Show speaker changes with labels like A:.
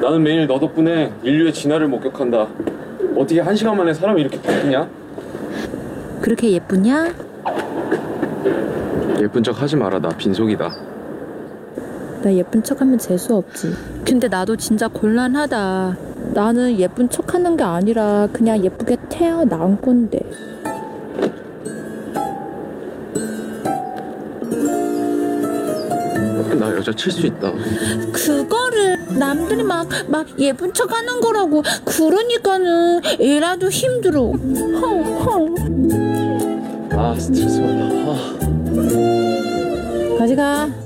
A: 나는 매일 너 덕분에 인류의 진화를 목격한다. 어떻게 한 시간 만에 사람이 이렇게 바뀌냐?
B: 그렇게 예쁘냐?
A: 예쁜 척 하지 마라. 나 빈속이다.
B: 나 예쁜 척하면 재수 없지. 근데 나도 진짜 곤란하다. 나는 예쁜 척하는 게 아니라 그냥 예쁘게 태어난 건데.
A: 나 여자 칠 수 있다.
B: 그거를 남들이 막 막 예쁜 척하는 거라고 그러니까는 이라도 힘들어. 헝헝.
A: 아 스트레스 받아. 아.
B: 가지가.